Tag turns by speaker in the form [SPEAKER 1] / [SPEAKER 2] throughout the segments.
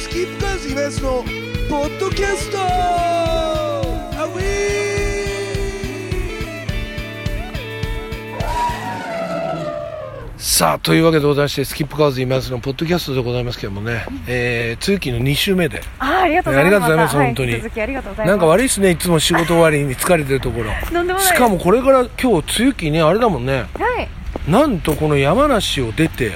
[SPEAKER 1] スキップカーズイベントのポッドキャストアウさあというわけでございましてスキップカーズイベントのポッドキャストでございますけどもね、えー、通勤の2週目で
[SPEAKER 2] あーありがとうござい
[SPEAKER 1] あ
[SPEAKER 2] ます。
[SPEAKER 1] りがとうございます
[SPEAKER 2] は
[SPEAKER 1] 本当に
[SPEAKER 2] 引き続きありがとうございま
[SPEAKER 1] な
[SPEAKER 2] す。
[SPEAKER 1] んか悪いですねいつも仕事終わりに疲れてるところ
[SPEAKER 2] とんでもない
[SPEAKER 1] しかもこれから今日通勤ねあれだもんね
[SPEAKER 2] はい。
[SPEAKER 1] なんとこの山梨を出て、
[SPEAKER 2] う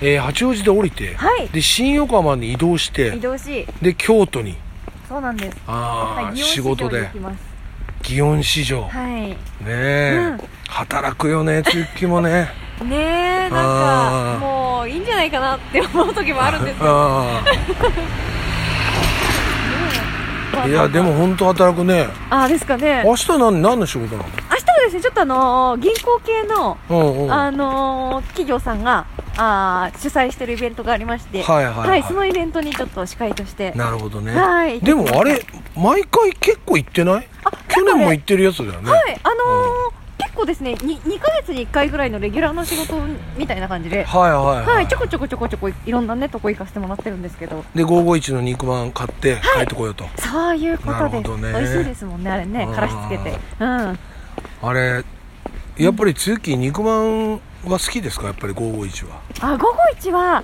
[SPEAKER 1] えー八王子で降りて、
[SPEAKER 2] はい
[SPEAKER 1] で新横浜に移動し
[SPEAKER 2] ん。移
[SPEAKER 1] て
[SPEAKER 2] 動し、
[SPEAKER 1] で京都に
[SPEAKER 2] そうなんです。
[SPEAKER 1] あ
[SPEAKER 2] は
[SPEAKER 1] あ
[SPEAKER 2] い
[SPEAKER 1] 仕事。
[SPEAKER 2] 祇園
[SPEAKER 1] で
[SPEAKER 2] 市場に行きます
[SPEAKER 1] 祇園市場、
[SPEAKER 2] はい。
[SPEAKER 1] ねえ、
[SPEAKER 2] うん
[SPEAKER 1] 働くよね通勤もね
[SPEAKER 2] ねえ、な
[SPEAKER 1] あー
[SPEAKER 2] んか、もういいんじゃないかなって思う時 もあるんですけど。
[SPEAKER 1] あ
[SPEAKER 2] ま
[SPEAKER 1] あ
[SPEAKER 2] あ
[SPEAKER 1] いやで。も本当働くね
[SPEAKER 2] あー、ですかね。
[SPEAKER 1] 明日何何の仕事なの
[SPEAKER 2] 明日はですね、ちょっとあのー、銀行系の、
[SPEAKER 1] うんうん
[SPEAKER 2] あのー、企業さんが、あー主催してるイベントがありまして、
[SPEAKER 1] はいはいはい
[SPEAKER 2] そのイベントにちょっと司会として。
[SPEAKER 1] なるほどね、
[SPEAKER 2] はい
[SPEAKER 1] でもあれ毎回結構行ってない
[SPEAKER 2] あ
[SPEAKER 1] 去年も行ってるやつだよね、
[SPEAKER 2] はい、あのー結構ですねに 2, ヶ月に1回ぐらいのレギュラーの仕事みたいな感じで、
[SPEAKER 1] はいはいはい、
[SPEAKER 2] はい、ちょこちょこちょこちょこいろんなねとこ行かせてもらってるんですけど
[SPEAKER 1] で551の肉まん買って帰ってこようと、
[SPEAKER 2] そういうこ
[SPEAKER 1] な
[SPEAKER 2] と
[SPEAKER 1] るほ
[SPEAKER 2] です、
[SPEAKER 1] どね
[SPEAKER 2] 美味しいですもんねあれね
[SPEAKER 1] うん
[SPEAKER 2] からしつけてうん
[SPEAKER 1] あれやっぱり通勤肉まんは好きですかやっぱり551は
[SPEAKER 2] あ午後一は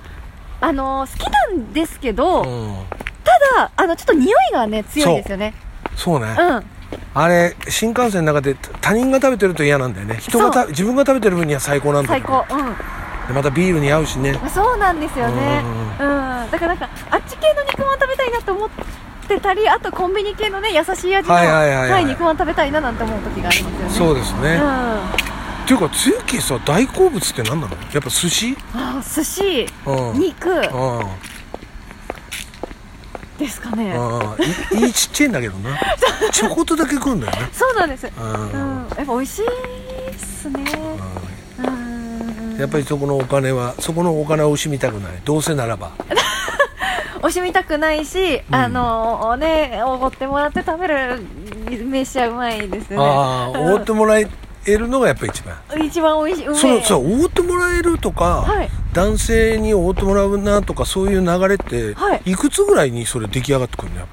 [SPEAKER 2] あのー好きなんですけど、
[SPEAKER 1] うん
[SPEAKER 2] ただあのちょっと匂いがね強いですよね
[SPEAKER 1] そうね
[SPEAKER 2] う、ん
[SPEAKER 1] あれ新幹線の中でた他人が食べてると嫌なんだよね人が
[SPEAKER 2] そ
[SPEAKER 1] た自分が食べてる分には最高なんだ
[SPEAKER 2] 最
[SPEAKER 1] けど
[SPEAKER 2] 高うん
[SPEAKER 1] でまたビールに合うしね
[SPEAKER 2] まあそうなんですよね
[SPEAKER 1] う
[SPEAKER 2] うんだからなんかあっち系の肉まん食べたいなと思ってたりあとコンビニ系のね優しい味の、
[SPEAKER 1] はいはいはいはい
[SPEAKER 2] はい肉まん食べたいななんて思う時がありますよね
[SPEAKER 1] そうですね、っ
[SPEAKER 2] うん、あ
[SPEAKER 1] ていうかつゆきさ大好物って何なのやっぱ寿司
[SPEAKER 2] ー寿司、
[SPEAKER 1] うん
[SPEAKER 2] 肉
[SPEAKER 1] うんうん
[SPEAKER 2] ですかね、
[SPEAKER 1] いい いちっちゃいんだけどなちょこっとだけ食うんだよね
[SPEAKER 2] そうなんです、
[SPEAKER 1] う
[SPEAKER 2] うん
[SPEAKER 1] ん、
[SPEAKER 2] やっぱ美味しいっすねうん
[SPEAKER 1] やっぱりそこのお金はそこのお金を惜しみたくないどうせならば
[SPEAKER 2] 惜しみたくないし、
[SPEAKER 1] ん
[SPEAKER 2] あのねおごってもらって食べる飯はうまいですね
[SPEAKER 1] ああ
[SPEAKER 2] うん
[SPEAKER 1] おごってもらえるのがやっぱ一番
[SPEAKER 2] 一番美味しいうめえ
[SPEAKER 1] そうそうおごってもらえるとか、
[SPEAKER 2] はい
[SPEAKER 1] 男性におごってもらうなとかそういう流れって、
[SPEAKER 2] はい
[SPEAKER 1] い、くつぐらいにそれ出来上がってくるのやっ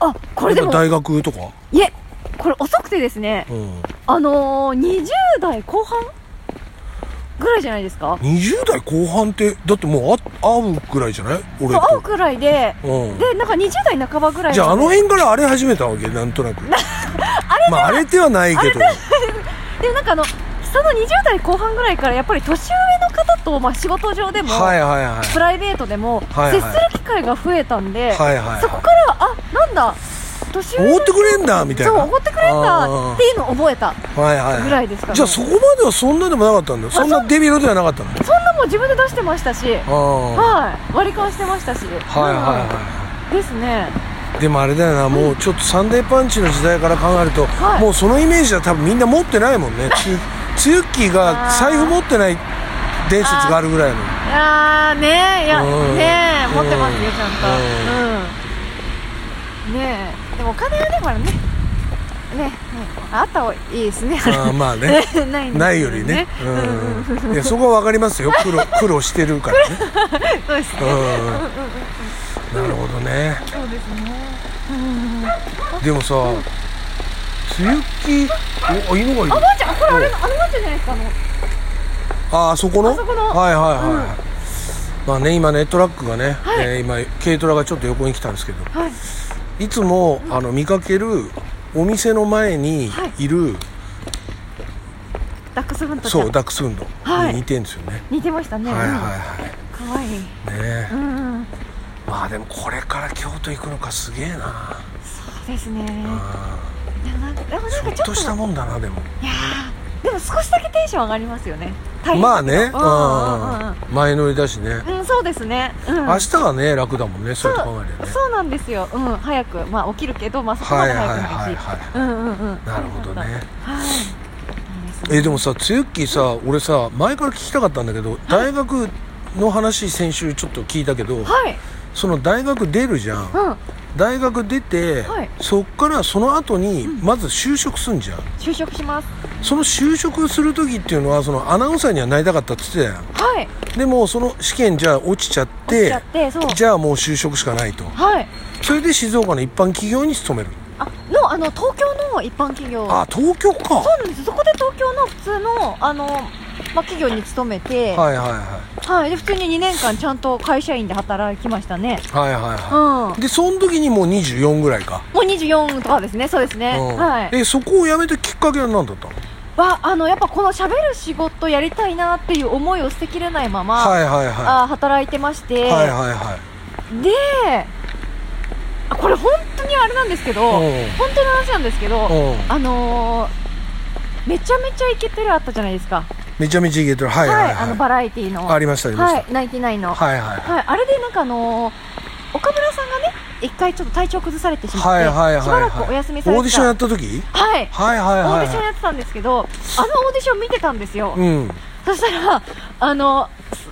[SPEAKER 1] ぱ
[SPEAKER 2] あこれでも
[SPEAKER 1] やっぱ大学とか
[SPEAKER 2] いえこれ遅くてですね
[SPEAKER 1] うん
[SPEAKER 2] あのー、20代後半ぐらいじゃないですか
[SPEAKER 1] 20代後半ってだってもうあ会うぐらいじゃない俺
[SPEAKER 2] そう会う
[SPEAKER 1] と
[SPEAKER 2] くらいで
[SPEAKER 1] うん
[SPEAKER 2] でなんか20代半ばぐらい
[SPEAKER 1] じゃああ
[SPEAKER 2] の
[SPEAKER 1] の辺からあれ始めたわけなんとな くまああれではないけど
[SPEAKER 2] でなんかあのその20代後半ぐらいからやっぱり年上の方と、まあ、仕事上でも、
[SPEAKER 1] はいはいはい
[SPEAKER 2] プライベートでも、
[SPEAKER 1] はいはい
[SPEAKER 2] 接する機会が増えたんで、
[SPEAKER 1] はいはいはい
[SPEAKER 2] そこからあなんだ年上
[SPEAKER 1] おごってくれんだみたい
[SPEAKER 2] そう
[SPEAKER 1] な
[SPEAKER 2] おごってくれんだっていうのを覚えた
[SPEAKER 1] はいはい
[SPEAKER 2] ぐらいですかね
[SPEAKER 1] じゃあそこまではそんなでもなかったんだよそんなデビルではなかったの
[SPEAKER 2] そんなもん自分で出してましたし、
[SPEAKER 1] あ
[SPEAKER 2] はい、割り勘してましたし、はい
[SPEAKER 1] あはいはいはい
[SPEAKER 2] ですね
[SPEAKER 1] でもあれだよな、もうちょっとサンデーパンチの時代から考えると、
[SPEAKER 2] はい
[SPEAKER 1] もうそのイメージは多分みんな持ってないもんね。つ、つゆっきーが財布持ってない伝説があるぐらいの。
[SPEAKER 2] いやーねえいや
[SPEAKER 1] うん
[SPEAKER 2] ねえ持
[SPEAKER 1] うん
[SPEAKER 2] ってますよちゃんとうんねえでもお金はねほらねねねあった方がいいですね
[SPEAKER 1] あーまあ ね
[SPEAKER 2] ないんです
[SPEAKER 1] ないよりね。
[SPEAKER 2] うんうん
[SPEAKER 1] うん。いや、そこはわかりますよ。苦 労、苦労してるからね。
[SPEAKER 2] そうですね
[SPEAKER 1] うんうん。なるほどね。
[SPEAKER 2] そうですね
[SPEAKER 1] でもさ、つゆっきー、お、あ犬がいる
[SPEAKER 2] あ。ばあちゃんこれあれのあれなんじゃないですかあの
[SPEAKER 1] ああそこの
[SPEAKER 2] あそこの
[SPEAKER 1] はいはいはい、まあね今ねトラックがね、
[SPEAKER 2] は
[SPEAKER 1] え
[SPEAKER 2] い
[SPEAKER 1] ー今軽トラがちょっと横に来たんですけど
[SPEAKER 2] はい
[SPEAKER 1] いつもあの見かけるお店の前に
[SPEAKER 2] はい
[SPEAKER 1] る、
[SPEAKER 2] ダックスフントちゃ
[SPEAKER 1] そ
[SPEAKER 2] ん
[SPEAKER 1] うダックスフンド
[SPEAKER 2] はい
[SPEAKER 1] に似てるんですよね、
[SPEAKER 2] 似てましたね
[SPEAKER 1] はい、はい
[SPEAKER 2] い可愛い
[SPEAKER 1] はい
[SPEAKER 2] い
[SPEAKER 1] ね
[SPEAKER 2] う
[SPEAKER 1] え
[SPEAKER 2] んうん
[SPEAKER 1] まあでもこれから京都行くのかすげえな
[SPEAKER 2] そうですね
[SPEAKER 1] あ
[SPEAKER 2] いやなんかでも
[SPEAKER 1] ち
[SPEAKER 2] なん
[SPEAKER 1] ょ
[SPEAKER 2] か
[SPEAKER 1] っ
[SPEAKER 2] ちょ
[SPEAKER 1] と
[SPEAKER 2] っと
[SPEAKER 1] したもんだなでも
[SPEAKER 2] いやーでも少しだけテンション上がりますよね大変
[SPEAKER 1] まあ
[SPEAKER 2] だけ
[SPEAKER 1] ね
[SPEAKER 2] ど
[SPEAKER 1] ああ前乗りだしね、
[SPEAKER 2] うんうんうんうんそうですねうん
[SPEAKER 1] 明日がね楽だもんねそ
[SPEAKER 2] そうう
[SPEAKER 1] やって考えるよね
[SPEAKER 2] そうなんですよ、うん、早く、まあ、起きるけど、まあ、そこまで早く
[SPEAKER 1] は
[SPEAKER 2] ない
[SPEAKER 1] はい
[SPEAKER 2] い
[SPEAKER 1] はい
[SPEAKER 2] し、うんうんうん、
[SPEAKER 1] なるほどね、
[SPEAKER 2] はい、いいですね
[SPEAKER 1] えでもさ、つゆっきーさ、俺さ、前から聞きたかったんだけど、大学の話、先週ちょっと聞いたけど、
[SPEAKER 2] はい、
[SPEAKER 1] その大学出るじゃん、
[SPEAKER 2] うん、
[SPEAKER 1] 大学出て、
[SPEAKER 2] はい
[SPEAKER 1] そっからその後に、まず就職すんじゃん、
[SPEAKER 2] 就職します、
[SPEAKER 1] その就職する時っていうのはそのアナウンサーにはなりたかったって言ってたや
[SPEAKER 2] はい
[SPEAKER 1] んでもその試験じゃあ落ちちゃっ
[SPEAKER 2] 落ち
[SPEAKER 1] て
[SPEAKER 2] ちゃってそう
[SPEAKER 1] じゃあもう就職しかないと
[SPEAKER 2] はい
[SPEAKER 1] それで静岡の一般企業に勤める
[SPEAKER 2] あのあの東京の一般企業
[SPEAKER 1] あ東京か
[SPEAKER 2] そうなんですそこで東京の普通のあの、まあ、企業に勤めて、は
[SPEAKER 1] はいはいはい
[SPEAKER 2] いで普通に2年間ちゃんと会社員で働きましたね
[SPEAKER 1] はいはい
[SPEAKER 2] うん
[SPEAKER 1] は
[SPEAKER 2] も
[SPEAKER 1] いでその時にもう24ぐらいか、
[SPEAKER 2] う24とかですねそうですね、
[SPEAKER 1] うん
[SPEAKER 2] はい
[SPEAKER 1] えそこを辞めたきっかけは何だったの
[SPEAKER 2] はあのやっぱこの喋る仕事やりたいなっていう思いを捨てきれないまま、
[SPEAKER 1] はいはいは
[SPEAKER 2] あ働いてまして、
[SPEAKER 1] いはいはいはい
[SPEAKER 2] であこれ本当にあれなんですけど
[SPEAKER 1] うん
[SPEAKER 2] 本当の話なんですけど
[SPEAKER 1] うん
[SPEAKER 2] あのーめちゃめちゃイケてるあったじゃないですか
[SPEAKER 1] めちゃめちゃいけてるはいはい
[SPEAKER 2] あの
[SPEAKER 1] は
[SPEAKER 2] バラエティーの
[SPEAKER 1] いありましたありまし
[SPEAKER 2] はいナインティナインの
[SPEAKER 1] たはいはい
[SPEAKER 2] はい、あれでなんかあのー岡村さんがね一回ちょっと体調崩されてしまって、
[SPEAKER 1] はいはいはいはい
[SPEAKER 2] しばらくお休みされてた
[SPEAKER 1] オーディションやった時
[SPEAKER 2] はい
[SPEAKER 1] はいはい
[SPEAKER 2] オー
[SPEAKER 1] は
[SPEAKER 2] デ
[SPEAKER 1] い
[SPEAKER 2] ィションやってたんですけど、あのオーディション見てたんですよ、
[SPEAKER 1] うん
[SPEAKER 2] そしたらあのす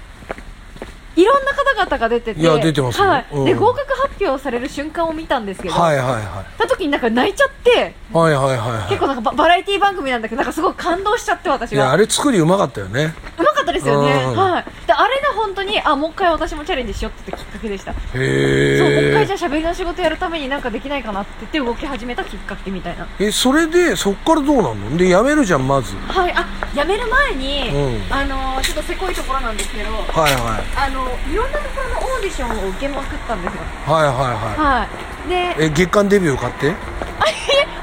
[SPEAKER 2] いろんな方々が出てて
[SPEAKER 1] いや出てますよ
[SPEAKER 2] はいで
[SPEAKER 1] うん
[SPEAKER 2] 合格発表される瞬間を見たんですけど、
[SPEAKER 1] はいはいはい
[SPEAKER 2] た時になんか泣いちゃって
[SPEAKER 1] はいはいはい
[SPEAKER 2] 結構なんかババラエティ番組なんだけどなんかすごい感動しちゃって私
[SPEAKER 1] いや
[SPEAKER 2] が
[SPEAKER 1] あれ作りうまかったよね
[SPEAKER 2] うまかったですよね、
[SPEAKER 1] うん
[SPEAKER 2] はい、であれが本当にあもう一回私もチャレンジしようってきっかけでしたそうもう一
[SPEAKER 1] へ
[SPEAKER 2] 回じゃあ喋りの仕事やるためになんかできないかなって言って動き始めたきっかけみたいな
[SPEAKER 1] ええそれでそっからどうなんのでやめるじゃんまず
[SPEAKER 2] はいあ辞める前に、
[SPEAKER 1] うん
[SPEAKER 2] あのーちょっとせこいところなんですけど
[SPEAKER 1] はいはい
[SPEAKER 2] あのいろんなところのオーディションを受けまくったんですよ
[SPEAKER 1] はいはいは
[SPEAKER 2] はいで
[SPEAKER 1] いえ月間デビューを買って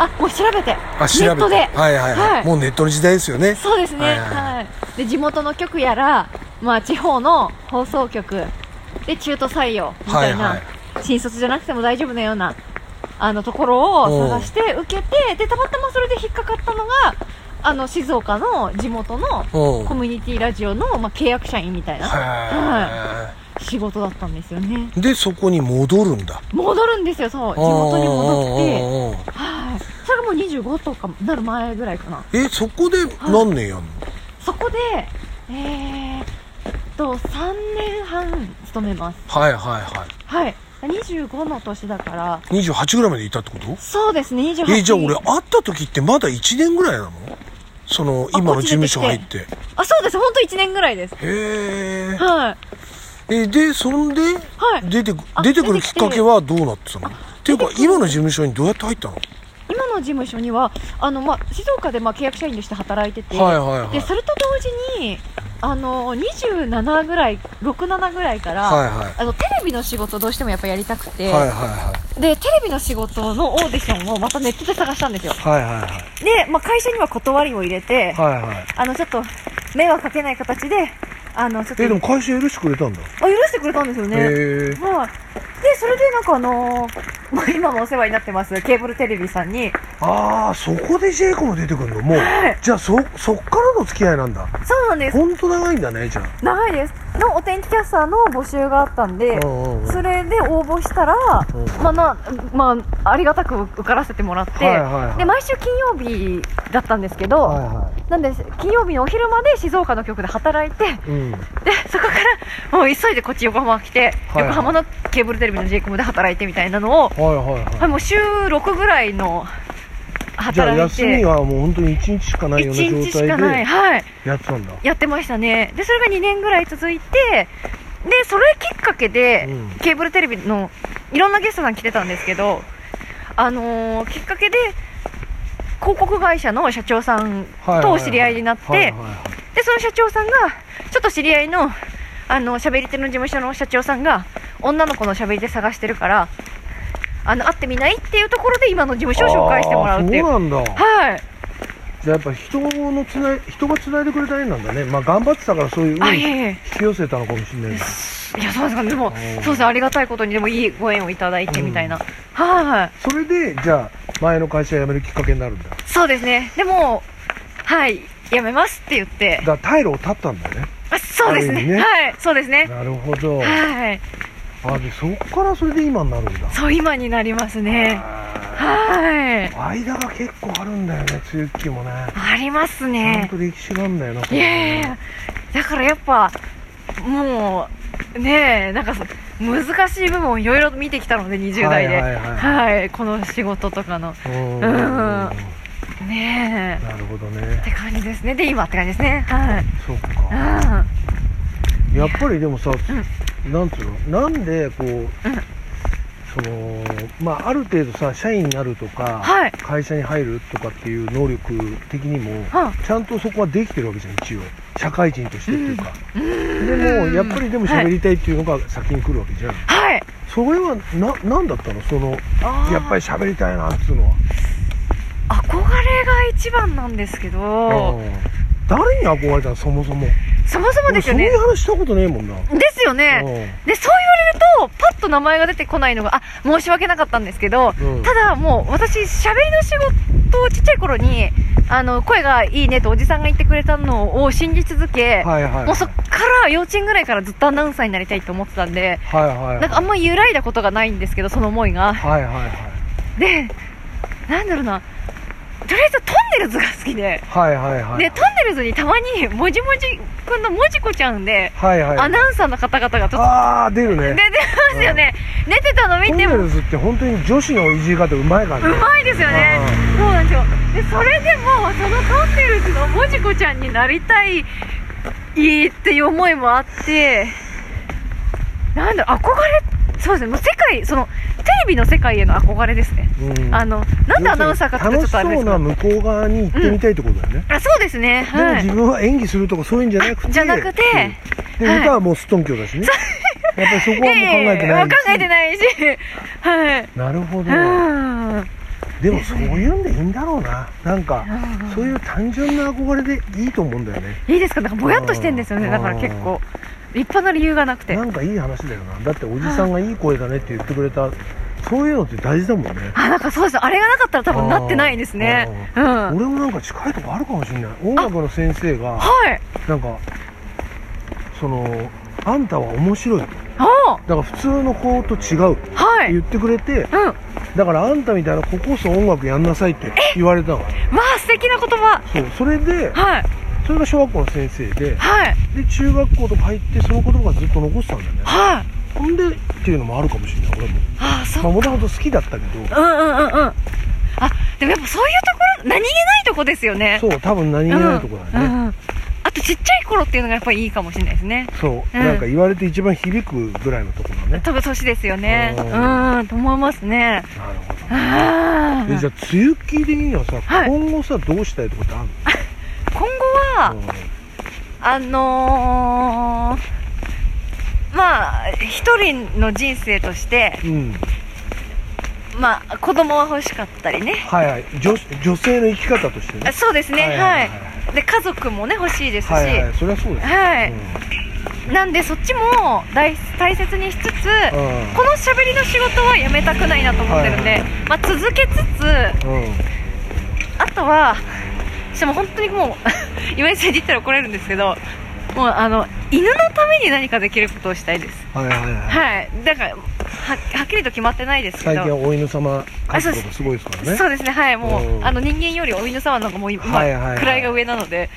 [SPEAKER 2] あもう調べて
[SPEAKER 1] あ調べて
[SPEAKER 2] ネットで
[SPEAKER 1] はいはいはいもうネットの時代ですよね
[SPEAKER 2] そうですね、は
[SPEAKER 1] はいいはい
[SPEAKER 2] で地元の局やら、まあ、地方の放送局で中途採用みたいな、
[SPEAKER 1] はいは
[SPEAKER 2] 新卒じゃなくても大丈夫なようなあのところを探して受けてでたまたまそれで引っかかったのがあの静岡の地元の
[SPEAKER 1] うん
[SPEAKER 2] コミュニティラジオの、まあ、契約社員みたいな、
[SPEAKER 1] は
[SPEAKER 2] 仕事だったんですよね
[SPEAKER 1] いでそこに戻るんだ
[SPEAKER 2] 戻るんですよそう地元に戻って
[SPEAKER 1] 戻って
[SPEAKER 2] はいそれがもう25とかなる前ぐらいかな
[SPEAKER 1] えそこで何年やんの
[SPEAKER 2] そこで、えー、っと、3年半勤めます。
[SPEAKER 1] はいはいは
[SPEAKER 2] はい。25の年だから、
[SPEAKER 1] い28ぐらいまでいたってこと
[SPEAKER 2] そうですね、28。
[SPEAKER 1] えじゃあ俺会った時ってまだ1年ぐらいなのその今の事務所入って
[SPEAKER 2] あ、そうです、ほんと1年ぐらいです。
[SPEAKER 1] へー
[SPEAKER 2] はい。
[SPEAKER 1] えでそんで、
[SPEAKER 2] い
[SPEAKER 1] 出てく
[SPEAKER 2] あ
[SPEAKER 1] 出てくるきっかけはどうなってたのっていうか
[SPEAKER 2] 出てくる
[SPEAKER 1] 今の事務所にどうやって入ったの
[SPEAKER 2] 今の事務所には、あの、まあ、静岡で、まあ、契約社員として働いてて、
[SPEAKER 1] はいはいはい
[SPEAKER 2] で、それと同時に、あの、27ぐらい、67ぐらいから、
[SPEAKER 1] はいはい
[SPEAKER 2] あの、テレビの仕事どうしてもやっぱやりたくて、
[SPEAKER 1] はいはいは
[SPEAKER 2] で、テレビの仕事のオーディションをまたネットで探したんですよ。
[SPEAKER 1] いはいはいはい
[SPEAKER 2] で、まあ、会社には断りを入れて、
[SPEAKER 1] はいはい
[SPEAKER 2] あの、ちょっと、迷惑かけない形で、あの、ちょっと、
[SPEAKER 1] えでも会社許してくれたんだ、
[SPEAKER 2] あ、許してくれたんですよね。はい、
[SPEAKER 1] へえ
[SPEAKER 2] で、それで、なんかあの ーまあ、今もお世話になってます、ケーブルテレビさんに、
[SPEAKER 1] ああそこでジェイコも出てくるのもう
[SPEAKER 2] はい
[SPEAKER 1] じゃあそそっからの付き合いなんだ
[SPEAKER 2] そうなんです、
[SPEAKER 1] ほんと長いんだねじゃ
[SPEAKER 2] 長いです、のお天気キャスターの募集があったん
[SPEAKER 1] あ
[SPEAKER 2] で
[SPEAKER 1] う、んうんうん
[SPEAKER 2] それで応募したら
[SPEAKER 1] うん、
[SPEAKER 2] まあな、まあ、ありがたく受からせてもらって、
[SPEAKER 1] はいはいはい
[SPEAKER 2] で、毎週金曜日だったんですけど、
[SPEAKER 1] はいは
[SPEAKER 2] なんで、金曜日のお昼まで静岡の局で働いて、
[SPEAKER 1] いうん
[SPEAKER 2] でそこからもう急いでこっち横浜来て、
[SPEAKER 1] はい
[SPEAKER 2] 横浜のケーブルテレビの j イコムで働いてみたいなのを、
[SPEAKER 1] はいはいはい
[SPEAKER 2] はい、もう週6ぐらいの
[SPEAKER 1] じゃあ
[SPEAKER 2] 働い
[SPEAKER 1] 休み
[SPEAKER 2] て
[SPEAKER 1] はもう本当に1日しかないような
[SPEAKER 2] 1
[SPEAKER 1] 状
[SPEAKER 2] 日しか
[SPEAKER 1] 態
[SPEAKER 2] な
[SPEAKER 1] で
[SPEAKER 2] い、はい、
[SPEAKER 1] やってたんだ
[SPEAKER 2] やってましたねでそれが2年ぐらい続いてでそれきっかけで、
[SPEAKER 1] うん
[SPEAKER 2] ケーブルテレビのいろんなゲストさん来てたんですけどあのーきっかけで広告会社の社長さんとお知り合いになって、
[SPEAKER 1] はいはいはい
[SPEAKER 2] でその社長さんがちょっと知り合いのあの喋り手の事務所の社長さんが女の子の喋り手探してるからあの会ってみないっていうところで今の事務所を紹介してもらうっていう
[SPEAKER 1] あーそうなんだ
[SPEAKER 2] はい
[SPEAKER 1] じゃあやっぱ人のつない人がつないでくれた縁なんだねまあ頑張ってたからそういう
[SPEAKER 2] あ
[SPEAKER 1] 運
[SPEAKER 2] いえ
[SPEAKER 1] 引
[SPEAKER 2] いえ
[SPEAKER 1] き寄せたのかもしれないけど
[SPEAKER 2] いやそうですかでも
[SPEAKER 1] おー
[SPEAKER 2] そうですありがたいことにでもいいご縁をいただいてみたいな、
[SPEAKER 1] う
[SPEAKER 2] はい
[SPEAKER 1] それでじゃあ前の会社辞めるきっかけになるんだだか
[SPEAKER 2] そうですねでもはいやめますって言って
[SPEAKER 1] ら退路を断ったんだよね
[SPEAKER 2] あそうです
[SPEAKER 1] ある
[SPEAKER 2] ね
[SPEAKER 1] 意味ね
[SPEAKER 2] はいそうですね
[SPEAKER 1] なるほど
[SPEAKER 2] はい
[SPEAKER 1] あでそっからそれで今になるんだ
[SPEAKER 2] そう今になりますね
[SPEAKER 1] あ
[SPEAKER 2] はい
[SPEAKER 1] ー間が結構あるんだよね梅雨期もね
[SPEAKER 2] あります
[SPEAKER 1] ち
[SPEAKER 2] ね
[SPEAKER 1] ゃんと歴史があるんだよなこ
[SPEAKER 2] い
[SPEAKER 1] れ
[SPEAKER 2] やいやいやだからやっぱもうねえなんかそ難しい部分をいろいろ見てきたので20代で
[SPEAKER 1] はいはいはい
[SPEAKER 2] はいこの仕事とかの
[SPEAKER 1] うん
[SPEAKER 2] うんねえ
[SPEAKER 1] なるほど
[SPEAKER 2] っ
[SPEAKER 1] ね
[SPEAKER 2] て感じですねで今って感じですねはい
[SPEAKER 1] そっか
[SPEAKER 2] うん
[SPEAKER 1] やっぱりでもさ、なんつうのなんでこう、そのまあある程度さ社員になるとか、
[SPEAKER 2] はい
[SPEAKER 1] 会社に入るとかっていう能力的にも、
[SPEAKER 2] は
[SPEAKER 1] ちゃんとそこはできてるわけじゃん一応社会人としてっていうか、でもやっぱりでも喋りたいっていうのが先に来るわけじゃん、
[SPEAKER 2] はい
[SPEAKER 1] それはな何だったのその
[SPEAKER 2] あー
[SPEAKER 1] やっぱり喋りたいなっつうのは
[SPEAKER 2] 憧れが一番なんですけど
[SPEAKER 1] うん誰に憧れたのそもそも
[SPEAKER 2] そもそも
[SPEAKER 1] 俺
[SPEAKER 2] です
[SPEAKER 1] そう
[SPEAKER 2] よね
[SPEAKER 1] いう話したことねえもんな、
[SPEAKER 2] ですよねでそう言われるとパッと名前が出てこないのがあ申し訳なかったんですけど、
[SPEAKER 1] うん
[SPEAKER 2] ただもう私喋りの仕事をちっちゃい頃にあの声がいいねとおじさんが言ってくれたのを信じ続け、
[SPEAKER 1] うんはいはい
[SPEAKER 2] もうそっから幼稚園ぐらいからずっとアナウンサーになりたいと思ってたんで
[SPEAKER 1] はいはいはい
[SPEAKER 2] なんかあんま揺らいだことがないんですけどその思いが
[SPEAKER 1] はいはいはい
[SPEAKER 2] でなんだろうなとりあえずトンネルズが好きで。
[SPEAKER 1] はいはいはい
[SPEAKER 2] で、トンネルズにたまに、もじもじくんのもじこちゃんで、
[SPEAKER 1] はいはい
[SPEAKER 2] アナウンサーの方々がちょっ
[SPEAKER 1] ああ出る
[SPEAKER 2] と、
[SPEAKER 1] ね
[SPEAKER 2] 出てますよね。出てたの見
[SPEAKER 1] トン
[SPEAKER 2] て
[SPEAKER 1] ネ
[SPEAKER 2] も、
[SPEAKER 1] ルズって本当に女子のいじり方うまいからね
[SPEAKER 2] うまいですよね、そうなんですよ、でそれでも、そのトンネルズのもじこちゃんになりたいっていう思いもあって、なんだろう、憧れ、そうですね、もう世界、そのテレビの世界への憧れですね、
[SPEAKER 1] うんうん
[SPEAKER 2] あのなんでアナウンサーかってちょっとあれ
[SPEAKER 1] 楽
[SPEAKER 2] で
[SPEAKER 1] し
[SPEAKER 2] す
[SPEAKER 1] そうな
[SPEAKER 2] か
[SPEAKER 1] 向こう側に行ってみたいってことだよね、
[SPEAKER 2] あそうですね、
[SPEAKER 1] でも
[SPEAKER 2] はい、
[SPEAKER 1] 自分は演技するとかそういうんじゃなくて
[SPEAKER 2] じゃなくて
[SPEAKER 1] うん
[SPEAKER 2] は
[SPEAKER 1] で
[SPEAKER 2] い
[SPEAKER 1] 歌はもうすっとんきょうだしね、やっぱりそこはもう考えて
[SPEAKER 2] ええ
[SPEAKER 1] な
[SPEAKER 2] も
[SPEAKER 1] いうし
[SPEAKER 2] 考えてないし、はい。
[SPEAKER 1] なるほど、
[SPEAKER 2] うん
[SPEAKER 1] でもそういうんでいいんだろうななんか、
[SPEAKER 2] うん
[SPEAKER 1] そういう単純な憧れでいいと思うんだよね
[SPEAKER 2] いいですかなんかぼやっとしてんですよね
[SPEAKER 1] うん
[SPEAKER 2] だから結構立派な理由がなくて
[SPEAKER 1] なんかいい話だよなだっておじさんがいい声だねって言ってくれたそういうのって大事だもんね
[SPEAKER 2] あなんかそうですあれがなかったら多分なってないですねうんは
[SPEAKER 1] 俺もなんか近いとこあるかもしれない音楽の先生が
[SPEAKER 2] い
[SPEAKER 1] なんかそのあんたは面白いとだ
[SPEAKER 2] おう
[SPEAKER 1] から普通の子と違うって
[SPEAKER 2] はい
[SPEAKER 1] 言ってくれて
[SPEAKER 2] うんわ
[SPEAKER 1] だからあんたみたいな子こそ音楽やんなさいって言われたの
[SPEAKER 2] あ素敵な言葉
[SPEAKER 1] そうそれで
[SPEAKER 2] はい
[SPEAKER 1] それが小学校の先生で
[SPEAKER 2] はい
[SPEAKER 1] で中学校とか入ってその言葉がずっと残ってたんだよね
[SPEAKER 2] はい
[SPEAKER 1] ほんでっていうのもあるかもしれない俺も
[SPEAKER 2] あそ
[SPEAKER 1] まあ
[SPEAKER 2] う
[SPEAKER 1] もともと好きだったけど
[SPEAKER 2] うんうんうんうんあでもやっぱそういうところ何気ないとこですよね
[SPEAKER 1] そう多分何気ないとこだ
[SPEAKER 2] う
[SPEAKER 1] よね
[SPEAKER 2] んうんあとちっちゃい頃っていうのがやっぱりいいかもしれないですね
[SPEAKER 1] そう
[SPEAKER 2] うん
[SPEAKER 1] なんか言われて一番響くぐらいのとこだね
[SPEAKER 2] 多分年ですよね
[SPEAKER 1] う
[SPEAKER 2] うんんうんと思います
[SPEAKER 1] な
[SPEAKER 2] ね
[SPEAKER 1] るほど
[SPEAKER 2] あ
[SPEAKER 1] えじゃ
[SPEAKER 2] ー
[SPEAKER 1] あ梅雨期的にはさ、
[SPEAKER 2] はい
[SPEAKER 1] 今後さどうしたいとかってあるの
[SPEAKER 2] 今後はあのー、まあ一人の人生として、
[SPEAKER 1] うん、
[SPEAKER 2] まあ、子供は欲しかったりね
[SPEAKER 1] はいはい女女性の生き方としてね
[SPEAKER 2] あそうですねはい
[SPEAKER 1] はいはい
[SPEAKER 2] で家族もね欲しいですし
[SPEAKER 1] は
[SPEAKER 2] はい
[SPEAKER 1] はい
[SPEAKER 2] い、
[SPEAKER 1] はいそれはそうだよ、
[SPEAKER 2] なんでそっちも大大切にしつつ
[SPEAKER 1] うん
[SPEAKER 2] このしゃべりの仕事はやめたくないなと思ってるんで、
[SPEAKER 1] はい
[SPEAKER 2] まあ、続けつつ
[SPEAKER 1] うん、うん、
[SPEAKER 2] あとはしても本当にもう 今井さんに言ったら怒られるんですけどもうあの犬のために何かできることをしたいです
[SPEAKER 1] はいはいはい、
[SPEAKER 2] はい、だからははっきりと決まってないですけ
[SPEAKER 1] 最
[SPEAKER 2] ど、
[SPEAKER 1] 近はお犬様
[SPEAKER 2] あ
[SPEAKER 1] 書
[SPEAKER 2] そう
[SPEAKER 1] く
[SPEAKER 2] で
[SPEAKER 1] こ
[SPEAKER 2] す
[SPEAKER 1] とすごいですからね
[SPEAKER 2] そうですね、はい、も
[SPEAKER 1] う
[SPEAKER 2] うんあの人間よりお犬様の方がもう今、
[SPEAKER 1] はいはいはい
[SPEAKER 2] 位が上なので、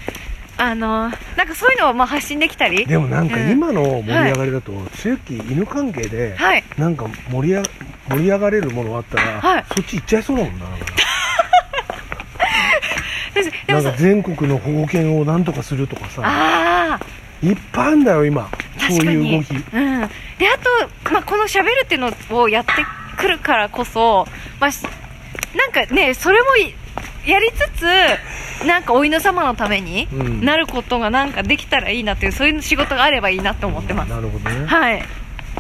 [SPEAKER 2] あのなんかそういうのをまあ発信できたり、
[SPEAKER 1] でもなんか
[SPEAKER 2] うん
[SPEAKER 1] 今の盛り上がりだと、梅雨期犬関係で、
[SPEAKER 2] はい、
[SPEAKER 1] なんか盛りあ盛り上がれるものがあったら、
[SPEAKER 2] はい
[SPEAKER 1] そっち行っちゃいそうだもんななんか
[SPEAKER 2] ですで
[SPEAKER 1] な
[SPEAKER 2] も
[SPEAKER 1] ん
[SPEAKER 2] そ
[SPEAKER 1] か全国の保護犬をなんとかするとかさ
[SPEAKER 2] ああ、
[SPEAKER 1] いっぱいあるんだよ今そう
[SPEAKER 2] 確か
[SPEAKER 1] い
[SPEAKER 2] に、
[SPEAKER 1] う動
[SPEAKER 2] う
[SPEAKER 1] き
[SPEAKER 2] ん、であと、まあ、このしゃべるっていうのをやってくるからこそ、まあ、しなんかね、それもいやりつつ、なんかお犬様のために
[SPEAKER 1] うん
[SPEAKER 2] なることがなんかできたらいいなという、そういう仕事があればいいなと思ってます。
[SPEAKER 1] なるほどね、
[SPEAKER 2] はい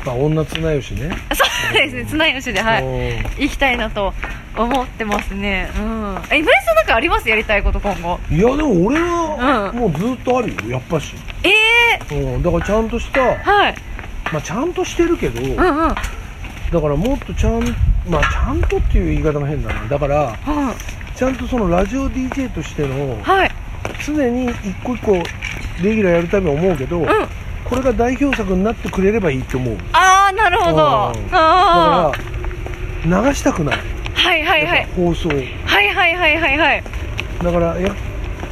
[SPEAKER 1] まあ、女綱吉ね
[SPEAKER 2] そうですね、綱吉で、はい、
[SPEAKER 1] い
[SPEAKER 2] 行きたいなと思ってますね。うん。え、今井さんなんかありますやりたいこと今後。
[SPEAKER 1] いやでも俺は
[SPEAKER 2] うん
[SPEAKER 1] もうずっとあるよやっぱし、
[SPEAKER 2] ええ
[SPEAKER 1] うん、だからちゃんとした、
[SPEAKER 2] はい。
[SPEAKER 1] まあ、ちゃんとしてるけど、
[SPEAKER 2] うんうん。う
[SPEAKER 1] だ
[SPEAKER 2] ん。
[SPEAKER 1] からもっとちゃんまあちゃんとっていう言い方も変だなだからちゃんとそのラジオ DJ としての
[SPEAKER 2] はい。
[SPEAKER 1] 常に一個一個レギュラーやるたび思うけど、
[SPEAKER 2] うん。
[SPEAKER 1] これが代表作になってくれればいいと思う
[SPEAKER 2] ああ、なるほど。あ
[SPEAKER 1] うんだ
[SPEAKER 2] あ
[SPEAKER 1] から流したくない、
[SPEAKER 2] ー。はいはいは
[SPEAKER 1] やっ
[SPEAKER 2] い。
[SPEAKER 1] ぱ放送
[SPEAKER 2] はいはいはいはいはい。
[SPEAKER 1] だからや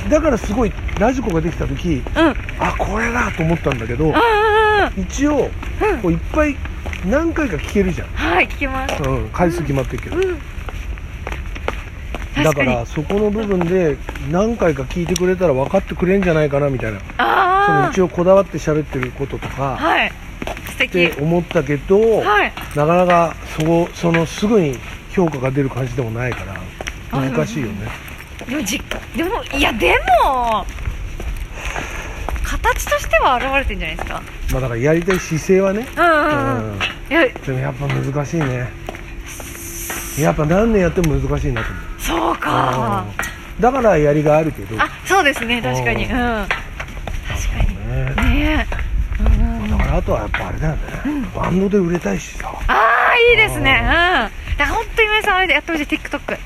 [SPEAKER 1] だからすごいラジコができた時
[SPEAKER 2] うん。うんうん
[SPEAKER 1] あこれだと思ったんだけど
[SPEAKER 2] うん。
[SPEAKER 1] 一応
[SPEAKER 2] うん
[SPEAKER 1] こういっぱい何回か聞けるじゃん、
[SPEAKER 2] はい、聞きます。
[SPEAKER 1] うん、回数決まってるけど、
[SPEAKER 2] うん。
[SPEAKER 1] だ
[SPEAKER 2] 確
[SPEAKER 1] か
[SPEAKER 2] かに
[SPEAKER 1] らそこの部分で何回か聞いてくれたら分かってくれんじゃないかなみたいなその
[SPEAKER 2] あ
[SPEAKER 1] 一応こだわって喋ってることと
[SPEAKER 2] あ
[SPEAKER 1] か
[SPEAKER 2] はい素
[SPEAKER 1] っ
[SPEAKER 2] 敵
[SPEAKER 1] て思ったけど、
[SPEAKER 2] はい
[SPEAKER 1] なかなかそそのすぐに評価が出る感じでもないから
[SPEAKER 2] あ
[SPEAKER 1] 難しいよね
[SPEAKER 2] でもじでもいやでも形としては現れてんじゃないですか
[SPEAKER 1] まあだからやりたい姿勢はね、
[SPEAKER 2] うんうんうん
[SPEAKER 1] うん
[SPEAKER 2] いや
[SPEAKER 1] でもやっぱ難しいねやっぱ何年やっても難しいなと思う
[SPEAKER 2] そうか
[SPEAKER 1] うんだからやりがいあるけど、
[SPEAKER 2] あそうですね確かにう
[SPEAKER 1] うんん
[SPEAKER 2] 確か
[SPEAKER 1] ね
[SPEAKER 2] にねえ、うんうん
[SPEAKER 1] だからあとはやっぱあれだよね、バンドで売れたいしさ
[SPEAKER 2] ああいいですねうんだから本当に皆さんあれでやってほしい TikTok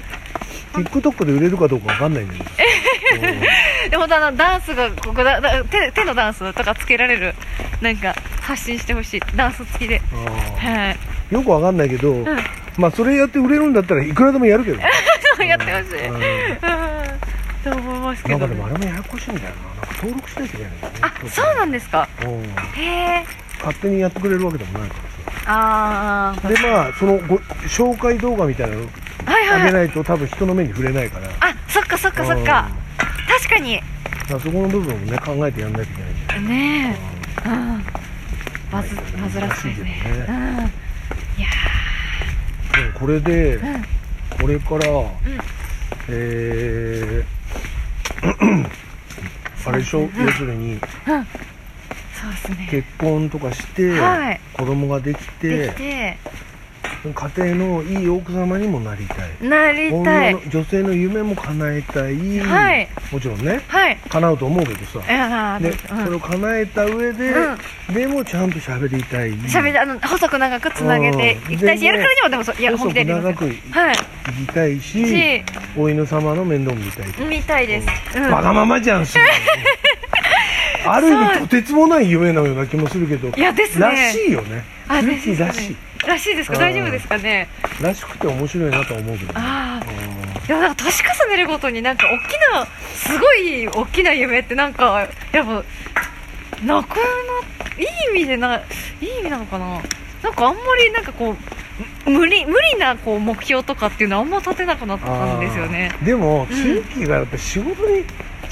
[SPEAKER 1] TikTok で売れるかどうかわかんないんだけど
[SPEAKER 2] でもあのダンスがここだだ手手のダンスとかつけられるなんか発信してほしいダンス付きで
[SPEAKER 1] うん
[SPEAKER 2] はい
[SPEAKER 1] よくわかんないけど、
[SPEAKER 2] ん
[SPEAKER 1] まあそれやって売れるんだったらいくらでもやるけど、
[SPEAKER 2] そう やってほしい
[SPEAKER 1] うん
[SPEAKER 2] うんと思います
[SPEAKER 1] な
[SPEAKER 2] け
[SPEAKER 1] んか
[SPEAKER 2] ど
[SPEAKER 1] でもあ
[SPEAKER 2] ね
[SPEAKER 1] れもややこしいんだよななんか登録しなきゃいけないんだよね
[SPEAKER 2] あそうなんですか
[SPEAKER 1] うん
[SPEAKER 2] へえ
[SPEAKER 1] 勝手にやってくれるわけでもないから
[SPEAKER 2] あ
[SPEAKER 1] さでまあそのご紹介動画みたいなの
[SPEAKER 2] あはいはい
[SPEAKER 1] 上
[SPEAKER 2] は
[SPEAKER 1] げ
[SPEAKER 2] い
[SPEAKER 1] ないと多分人の目に触れないから
[SPEAKER 2] あそっか そっかそ
[SPEAKER 1] う
[SPEAKER 2] っか
[SPEAKER 1] ん
[SPEAKER 2] 確かに
[SPEAKER 1] だからそこの部分をね考えてやんなきゃいけないじ
[SPEAKER 2] ね
[SPEAKER 1] ゃん
[SPEAKER 2] えうんバズバズらせないね
[SPEAKER 1] 難しいけ
[SPEAKER 2] う
[SPEAKER 1] ど
[SPEAKER 2] んいや
[SPEAKER 1] でもこれで、
[SPEAKER 2] ん
[SPEAKER 1] これから、えー あれでしょ、要するに
[SPEAKER 2] ーそうですね
[SPEAKER 1] 結婚とかして、
[SPEAKER 2] はい
[SPEAKER 1] 子供ができ
[SPEAKER 2] で
[SPEAKER 1] て
[SPEAKER 2] きて
[SPEAKER 1] 家庭のいい奥様にもなりたい
[SPEAKER 2] なりた
[SPEAKER 1] 女
[SPEAKER 2] い
[SPEAKER 1] の女性の夢も叶えたい、
[SPEAKER 2] はい
[SPEAKER 1] もちろんね
[SPEAKER 2] はい
[SPEAKER 1] 叶うと思うけどさ
[SPEAKER 2] いやー
[SPEAKER 1] で、
[SPEAKER 2] う
[SPEAKER 1] それ
[SPEAKER 2] ん
[SPEAKER 1] を叶えた上で、でもちゃんと喋りたい
[SPEAKER 2] 喋りあの細く長くつなげていきたいし
[SPEAKER 1] うん
[SPEAKER 2] やるからにもでもそういや
[SPEAKER 1] 細
[SPEAKER 2] 本気で
[SPEAKER 1] く
[SPEAKER 2] やりま
[SPEAKER 1] 長
[SPEAKER 2] す
[SPEAKER 1] くい
[SPEAKER 2] はい
[SPEAKER 1] きたいし
[SPEAKER 2] し
[SPEAKER 1] お犬様の面倒も見たい
[SPEAKER 2] 見たいですうん
[SPEAKER 1] わがままじゃん すごいある意味とてつもない夢のような気もするけど
[SPEAKER 2] いやですね
[SPEAKER 1] らしいよね
[SPEAKER 2] あ
[SPEAKER 1] ゆ
[SPEAKER 2] で
[SPEAKER 1] き
[SPEAKER 2] すね
[SPEAKER 1] らしい
[SPEAKER 2] らしいですか
[SPEAKER 1] うん
[SPEAKER 2] 大丈夫ですかね
[SPEAKER 1] らしくて面白いなとは思うけどね
[SPEAKER 2] ああ
[SPEAKER 1] う
[SPEAKER 2] でもなんか年重ねるごとになんか大きなすごい大きな夢ってなんかやっぱなくないい意味でないい意味なのかななんかあんまりなんかこうむ無理無理なこう目標とかっていうのはあんま立てなくなっ
[SPEAKER 1] んあ
[SPEAKER 2] たん
[SPEAKER 1] ー
[SPEAKER 2] ですよね
[SPEAKER 1] でも
[SPEAKER 2] うん
[SPEAKER 1] チューキーがやっぱ仕事に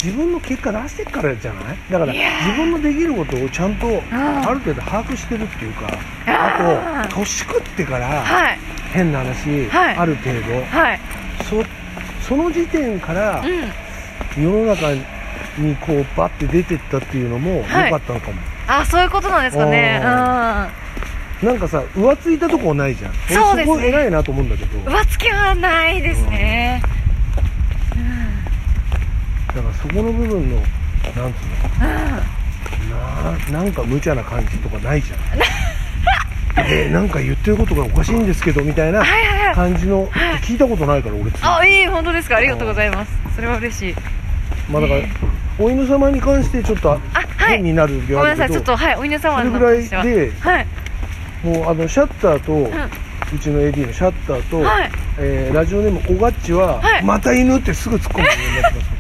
[SPEAKER 1] 自分の結果出してからじゃないだから
[SPEAKER 2] いやー
[SPEAKER 1] 自分のできることをちゃんと
[SPEAKER 2] あー
[SPEAKER 1] ある程度把握してるっていうか
[SPEAKER 2] あ
[SPEAKER 1] あ
[SPEAKER 2] ー
[SPEAKER 1] と年食ってから
[SPEAKER 2] はい
[SPEAKER 1] 変な話
[SPEAKER 2] はい
[SPEAKER 1] ある程
[SPEAKER 2] はい
[SPEAKER 1] 度そその時点から
[SPEAKER 2] うん
[SPEAKER 1] 世の中にこうバッて出てったっていうのも良
[SPEAKER 2] はい
[SPEAKER 1] かったのかも
[SPEAKER 2] あそういうことなんですかねう
[SPEAKER 1] おーなんかさ浮ついたとこないじゃん
[SPEAKER 2] そうですね
[SPEAKER 1] 俺こ偉いなと思うんだけど
[SPEAKER 2] ん
[SPEAKER 1] だか
[SPEAKER 2] 浮つきはないですねうん
[SPEAKER 1] らそこの部分のなんつうのななんか無茶な感じとかないじ ゃんでなんか言ってることがおかしいんですけどみたいな
[SPEAKER 2] はいはいはい
[SPEAKER 1] 感じの聞いたことないから俺つい
[SPEAKER 2] あいい本当ですかありがとうございますそれは嬉しい
[SPEAKER 1] まあだからお犬様に関してちょっと
[SPEAKER 2] あはい
[SPEAKER 1] 変になる時
[SPEAKER 2] ご
[SPEAKER 1] はあ
[SPEAKER 2] めん
[SPEAKER 1] る
[SPEAKER 2] なさい、
[SPEAKER 1] け
[SPEAKER 2] ちょっ
[SPEAKER 1] ど
[SPEAKER 2] と、はい、お犬様
[SPEAKER 1] それ
[SPEAKER 2] の
[SPEAKER 1] ぐらい
[SPEAKER 2] 話は
[SPEAKER 1] で
[SPEAKER 2] はい、
[SPEAKER 1] もうあのシャッターと、うんちの AD のシャッターと、
[SPEAKER 2] はい
[SPEAKER 1] えーラジオネームおがっちは、
[SPEAKER 2] はい
[SPEAKER 1] また犬ってすぐ突っ込むようになってます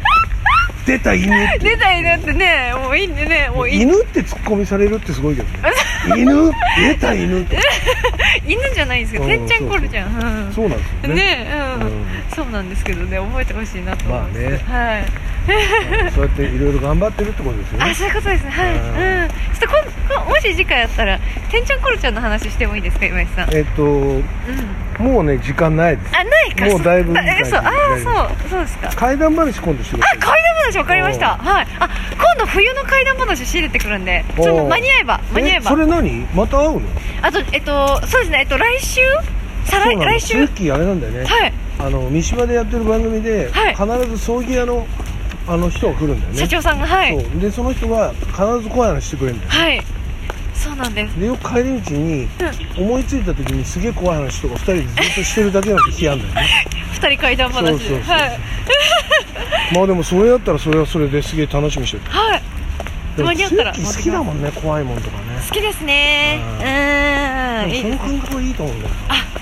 [SPEAKER 1] 出た犬って
[SPEAKER 2] 出た犬ってね、もういいんでね、もうい
[SPEAKER 1] 犬ってツッコミされるってすごいけど ね犬出た犬って
[SPEAKER 2] 犬じゃないんですけど、
[SPEAKER 1] うん
[SPEAKER 2] てんちゃんこるじゃん。
[SPEAKER 1] そうなんです
[SPEAKER 2] う
[SPEAKER 1] よ
[SPEAKER 2] ん、
[SPEAKER 1] ね
[SPEAKER 2] ねえ、うん、
[SPEAKER 1] うん
[SPEAKER 2] そうなんですけどね、覚えてほしいなと思います。
[SPEAKER 1] まあね
[SPEAKER 2] はい、
[SPEAKER 1] そうやっていろいろ頑張ってるってことですよ
[SPEAKER 2] あ、
[SPEAKER 1] ね
[SPEAKER 2] そういうことですね、は
[SPEAKER 1] う
[SPEAKER 2] い、
[SPEAKER 1] ん
[SPEAKER 2] うん、ちょっと今、こんもし次回やったら、てんちゃんこるちゃんの話してもいいですか、今井さん。うん、
[SPEAKER 1] えっともうね時間ないです
[SPEAKER 2] あ、ないか。
[SPEAKER 1] もうだいぶ
[SPEAKER 2] そっかえ、そう、あ
[SPEAKER 1] だいぶ
[SPEAKER 2] ー、そう、そうですか。
[SPEAKER 1] 怪談話今度してくだ
[SPEAKER 2] あ
[SPEAKER 1] さい
[SPEAKER 2] 怪談話わかりましたはいあ今度冬の怪談話仕入れてくるんでそれも間に合えば間に合えば
[SPEAKER 1] えそれ何また会うの
[SPEAKER 2] あと、えっと、そうですね、えっと、来週再来来週
[SPEAKER 1] スッキーあれなんだよね
[SPEAKER 2] はい、
[SPEAKER 1] あの三島でやってる番組で、
[SPEAKER 2] はい
[SPEAKER 1] 必ず葬儀屋のあの人が来るんだよね
[SPEAKER 2] 社長さんが、はい。
[SPEAKER 1] そうでその人が必ず怖い話してくれるんだよね
[SPEAKER 2] はい。そうなんです。
[SPEAKER 1] でよく帰り道に思いついた時にすげえ怖い話とか2人でずっとしてるだけなんて日あんだよね
[SPEAKER 2] 二人怪談話。
[SPEAKER 1] そうそうそう
[SPEAKER 2] はい。
[SPEAKER 1] まあでもそれだったらそれはそれですげえ楽しみにしてる
[SPEAKER 2] はい。
[SPEAKER 1] でも
[SPEAKER 2] 間に合ったら
[SPEAKER 1] スーキー好きだもんね怖いもんとかね
[SPEAKER 2] 好きですね。うーん。いい
[SPEAKER 1] その
[SPEAKER 2] です
[SPEAKER 1] 感覚がいいと思うんだよな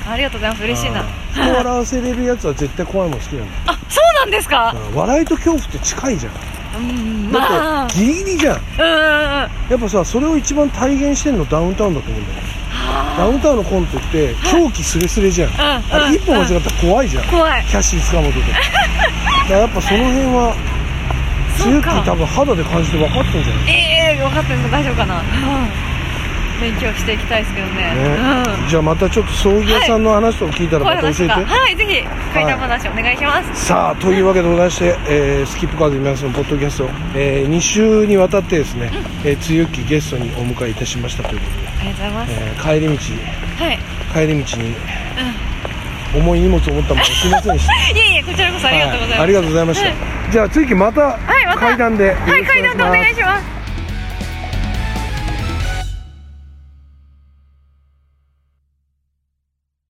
[SPEAKER 2] あ、ありがとうございます。嬉しいな
[SPEAKER 1] うん。人を笑わせれるやつは絶対怖いもん好きなんだよ
[SPEAKER 2] あ、そうなんですか。
[SPEAKER 1] うん笑いと恐怖って近いじゃん
[SPEAKER 2] うん。ま
[SPEAKER 1] だ
[SPEAKER 2] あ
[SPEAKER 1] っ。てギリギリじゃん
[SPEAKER 2] うんうんうん。
[SPEAKER 1] やっぱさそれを一番体現してんのダウンタウンだと思うんだよ
[SPEAKER 2] あ
[SPEAKER 1] ダウンタウンのコントって狂気すれすれじゃん、
[SPEAKER 2] うん
[SPEAKER 1] あれ一歩間違ったら怖いじゃん、
[SPEAKER 2] 怖い
[SPEAKER 1] キャッシー塚本 とかだからやっぱその辺は
[SPEAKER 2] そう
[SPEAKER 1] 強
[SPEAKER 2] か
[SPEAKER 1] く多分肌で感じて分かったんじゃない
[SPEAKER 2] ええ分かってるの大丈夫かな、うん勉強していきたいですけどね
[SPEAKER 1] ね、じゃあまたちょっと葬儀屋さんの話とか聞いた
[SPEAKER 2] うん
[SPEAKER 1] ら
[SPEAKER 2] 怖い
[SPEAKER 1] また
[SPEAKER 2] 話
[SPEAKER 1] 教
[SPEAKER 2] と
[SPEAKER 1] えて、
[SPEAKER 2] かはいぜひ怪談話お願いします、
[SPEAKER 1] さあというわけでございまして、えースキップカード皆さんのポッドキャスト、え2週にわたってですね、えー強きゲストにお迎えいたしましたというこ
[SPEAKER 2] ありがとうございま
[SPEAKER 1] と
[SPEAKER 2] す
[SPEAKER 1] で、えー帰り道
[SPEAKER 2] はい
[SPEAKER 1] 帰り道に重い荷物を持ったものすいませんでした
[SPEAKER 2] いえいえこ ちらこそありがとうございます、
[SPEAKER 1] はいありがとうございました、じゃあ次また
[SPEAKER 2] いまた
[SPEAKER 1] 階段でよろ
[SPEAKER 2] はい
[SPEAKER 1] しくお願いし
[SPEAKER 2] 階
[SPEAKER 1] ます
[SPEAKER 2] 段でお願いします